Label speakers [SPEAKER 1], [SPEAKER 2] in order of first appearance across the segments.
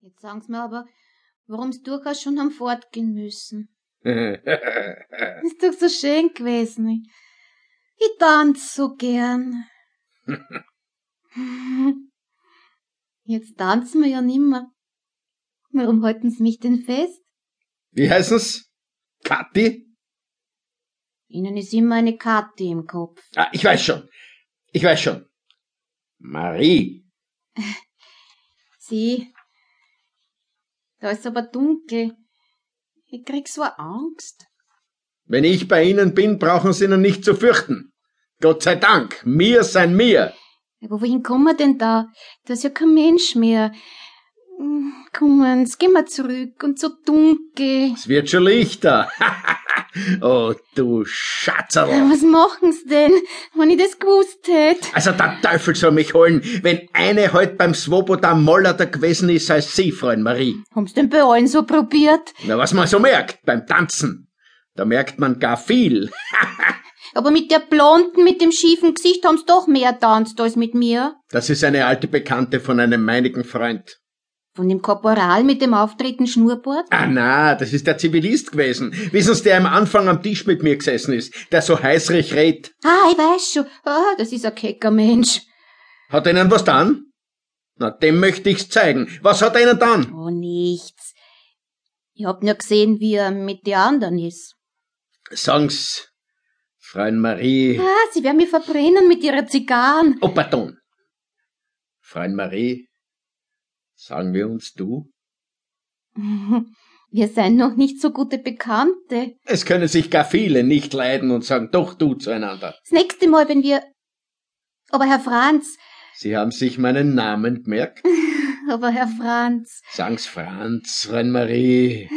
[SPEAKER 1] Jetzt sagen's mir aber, warum's durchaus schon haben fortgehen müssen. Ist doch so schön gewesen. Ich, ich tanz so gern. Jetzt tanzen wir ja nimmer. Warum halten sie mich denn fest?
[SPEAKER 2] Wie heißen's? Kathi?
[SPEAKER 1] Ihnen ist immer eine Karte im Kopf.
[SPEAKER 2] Ah, ich weiß schon. Ich weiß schon. Marie.
[SPEAKER 1] Sieh, da ist aber dunkel. Ich krieg so eine Angst.
[SPEAKER 2] Wenn ich bei Ihnen bin, brauchen Sie ihn nicht zu fürchten. Gott sei Dank. Mir sein mir.
[SPEAKER 1] Aber wohin kommen wir denn da? Da ist ja kein Mensch mehr. Hm, Kommen, jetzt gehen wir zurück und so dunkel.
[SPEAKER 2] Es wird schon lichter. oh, du Schatzerl.
[SPEAKER 1] Was machen's denn, wenn ich das gewusst hätte?
[SPEAKER 2] Also der Teufel soll mich holen, wenn eine heute beim Svoboda Moller da gewesen ist als Sie, Freund Marie.
[SPEAKER 1] Haben's denn bei allen so probiert?
[SPEAKER 2] Na, was man so merkt beim Tanzen. Da merkt man gar viel.
[SPEAKER 1] Aber mit der Blonden, mit dem schiefen Gesicht haben's doch mehr tanzt als mit mir.
[SPEAKER 2] Das ist eine alte Bekannte von einem meinigen Freund.
[SPEAKER 1] Von dem Korporal mit dem Auftreten Schnurrbart?
[SPEAKER 2] Ah na, das ist der Zivilist gewesen. Wissen Sie, der am Anfang am Tisch mit mir gesessen ist, der so heißrig redet.
[SPEAKER 1] Ah, ich weiß schon. Ah, das ist ein kecker Mensch.
[SPEAKER 2] Hat er Ihnen was dann? Na, dem möchte ich's zeigen. Was hat er Ihnen dann?
[SPEAKER 1] Oh, nichts. Ich hab nur gesehen, wie er mit den anderen ist.
[SPEAKER 2] Sagen's, Freund Marie.
[SPEAKER 1] Ah, sie werden mich verbrennen mit ihrer Zigarren.
[SPEAKER 2] Oh, pardon. Freund Marie, sagen wir uns du?
[SPEAKER 1] Wir seien noch nicht so gute Bekannte.
[SPEAKER 2] Es können sich gar viele nicht leiden und sagen doch du zueinander.
[SPEAKER 1] Das nächste Mal, wenn wir... Aber Herr Franz,
[SPEAKER 2] Sie haben sich meinen Namen gemerkt?
[SPEAKER 1] aber Herr Franz,
[SPEAKER 2] Sagen's Franz, Freund Marie.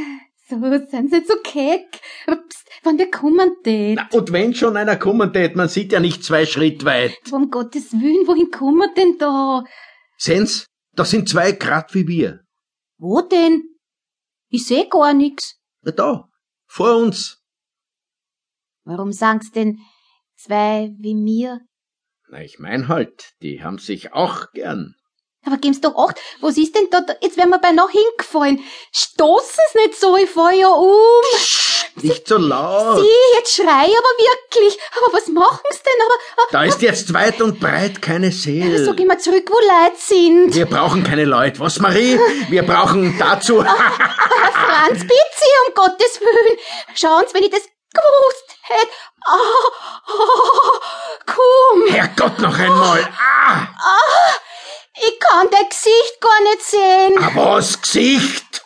[SPEAKER 1] so sind Sie so keck. Ups, wann der kommen tät?
[SPEAKER 2] Na, und wenn schon einer kommen tät, man sieht ja nicht zwei Schritt weit.
[SPEAKER 1] Um Gottes Willen, wohin kommen wir denn da?
[SPEAKER 2] Sens, das sind zwei grad wie wir.
[SPEAKER 1] Wo denn? Ich seh gar nix.
[SPEAKER 2] Na da, vor uns.
[SPEAKER 1] Warum sagen's denn zwei wie mir?
[SPEAKER 2] Na, ich mein halt, die haben sich auch gern.
[SPEAKER 1] Aber geben's doch acht, was ist denn da? da- Jetzt werden wir bei noch hingefallen. Stoßen's nicht so, ich fall ja um.
[SPEAKER 2] Nicht so laut.
[SPEAKER 1] Sieh, jetzt schrei ich aber wirklich. Aber was machen's denn? Aber,
[SPEAKER 2] Da ist jetzt weit und breit keine
[SPEAKER 1] aber
[SPEAKER 2] Seele.
[SPEAKER 1] so gehen wir zurück, wo Leute sind.
[SPEAKER 2] Wir brauchen keine Leute. Was, Marie? Wir brauchen dazu. Ah,
[SPEAKER 1] Herr Franz, bitte, Sie, um Gottes Willen. Schauen's, wenn ich das gewusst hätte. Ah, ah, komm,
[SPEAKER 2] Herrgott, noch einmal. Ah,
[SPEAKER 1] ich kann dein Gesicht gar nicht sehen.
[SPEAKER 2] ah, was Gesicht?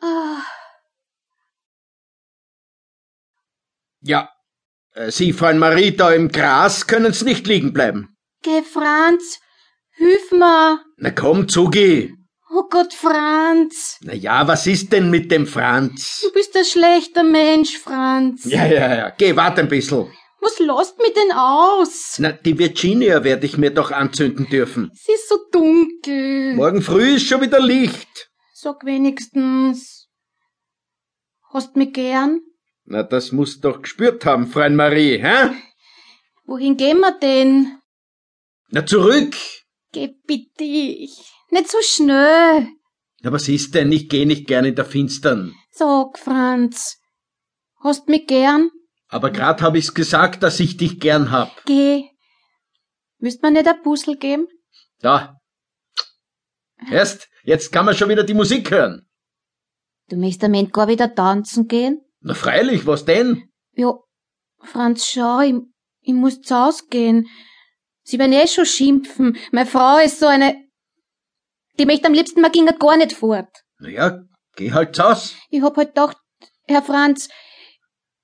[SPEAKER 1] Ah.
[SPEAKER 2] Ja. äh, Sie, Freund Marie, da im Gras können's nicht liegen bleiben.
[SPEAKER 1] Geh, Franz, hilf mir.
[SPEAKER 2] Na komm, Zugi.
[SPEAKER 1] Oh Gott, Franz.
[SPEAKER 2] Na ja, was ist denn mit dem Franz?
[SPEAKER 1] Du bist ein schlechter Mensch, Franz.
[SPEAKER 2] Ja, ja, ja. Geh, warte ein bisschen.
[SPEAKER 1] Was lasst mich denn aus?
[SPEAKER 2] Na, die Virginia werde ich mir doch anzünden dürfen.
[SPEAKER 1] Es ist so dunkel.
[SPEAKER 2] Morgen früh ist schon wieder Licht.
[SPEAKER 1] Sag wenigstens. Hast mich gern?
[SPEAKER 2] Na, das musst du doch gespürt haben, Freund Marie, hä?
[SPEAKER 1] Wohin gehen wir denn?
[SPEAKER 2] Na, zurück.
[SPEAKER 1] Geh bitte ich. Nicht so schnell.
[SPEAKER 2] Na, was ist denn? Ich geh nicht gern in der Finstern.
[SPEAKER 1] Sag, Franz. Hast mich gern?
[SPEAKER 2] Aber grad hab ich's gesagt, dass ich dich gern hab.
[SPEAKER 1] Geh. Müsst man nicht ein Puzzle geben?
[SPEAKER 2] Da. Erst, jetzt kann man schon wieder die Musik hören.
[SPEAKER 1] Du möchtest am Ende gar wieder tanzen gehen?
[SPEAKER 2] Na, freilich, was denn?
[SPEAKER 1] Ja, Franz, schau, ich, ich muss zu Haus gehen. Sie werden eh schon schimpfen. Meine Frau ist so eine... Die möchte am liebsten, man ginge gar nicht fort.
[SPEAKER 2] Na ja, geh halt aus.
[SPEAKER 1] Ich hab halt gedacht, Herr Franz,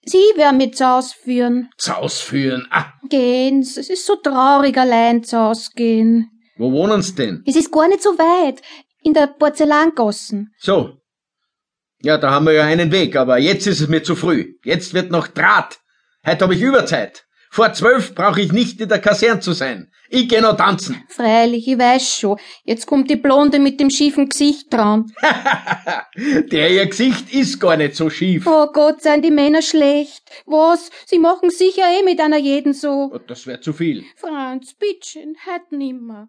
[SPEAKER 1] Sie werden mich zu Haus führen.
[SPEAKER 2] Zaus führen. Ah,
[SPEAKER 1] Gehen, es ist so traurig, allein zu Haus gehen.
[SPEAKER 2] wo wohnen's denn?
[SPEAKER 1] Es ist gar nicht so weit. In der Porzellangossen.
[SPEAKER 2] So. Ja, da haben wir ja einen Weg, aber jetzt ist es mir zu früh. Jetzt wird noch Draht. Heute hab ich Überzeit. Vor zwölf brauche ich nicht in der Kaserne zu sein. Ich geh noch tanzen.
[SPEAKER 1] Freilich, ich weiß schon. Jetzt kommt die Blonde mit dem schiefen Gesicht dran.
[SPEAKER 2] Der ihr Gesicht ist gar nicht so schief.
[SPEAKER 1] Oh Gott, seien die Männer schlecht. Was? Sie machen sicher eh mit einer jeden so.
[SPEAKER 2] Oh, Das wär zu viel.
[SPEAKER 1] Franz, bittchen, halt nimmer.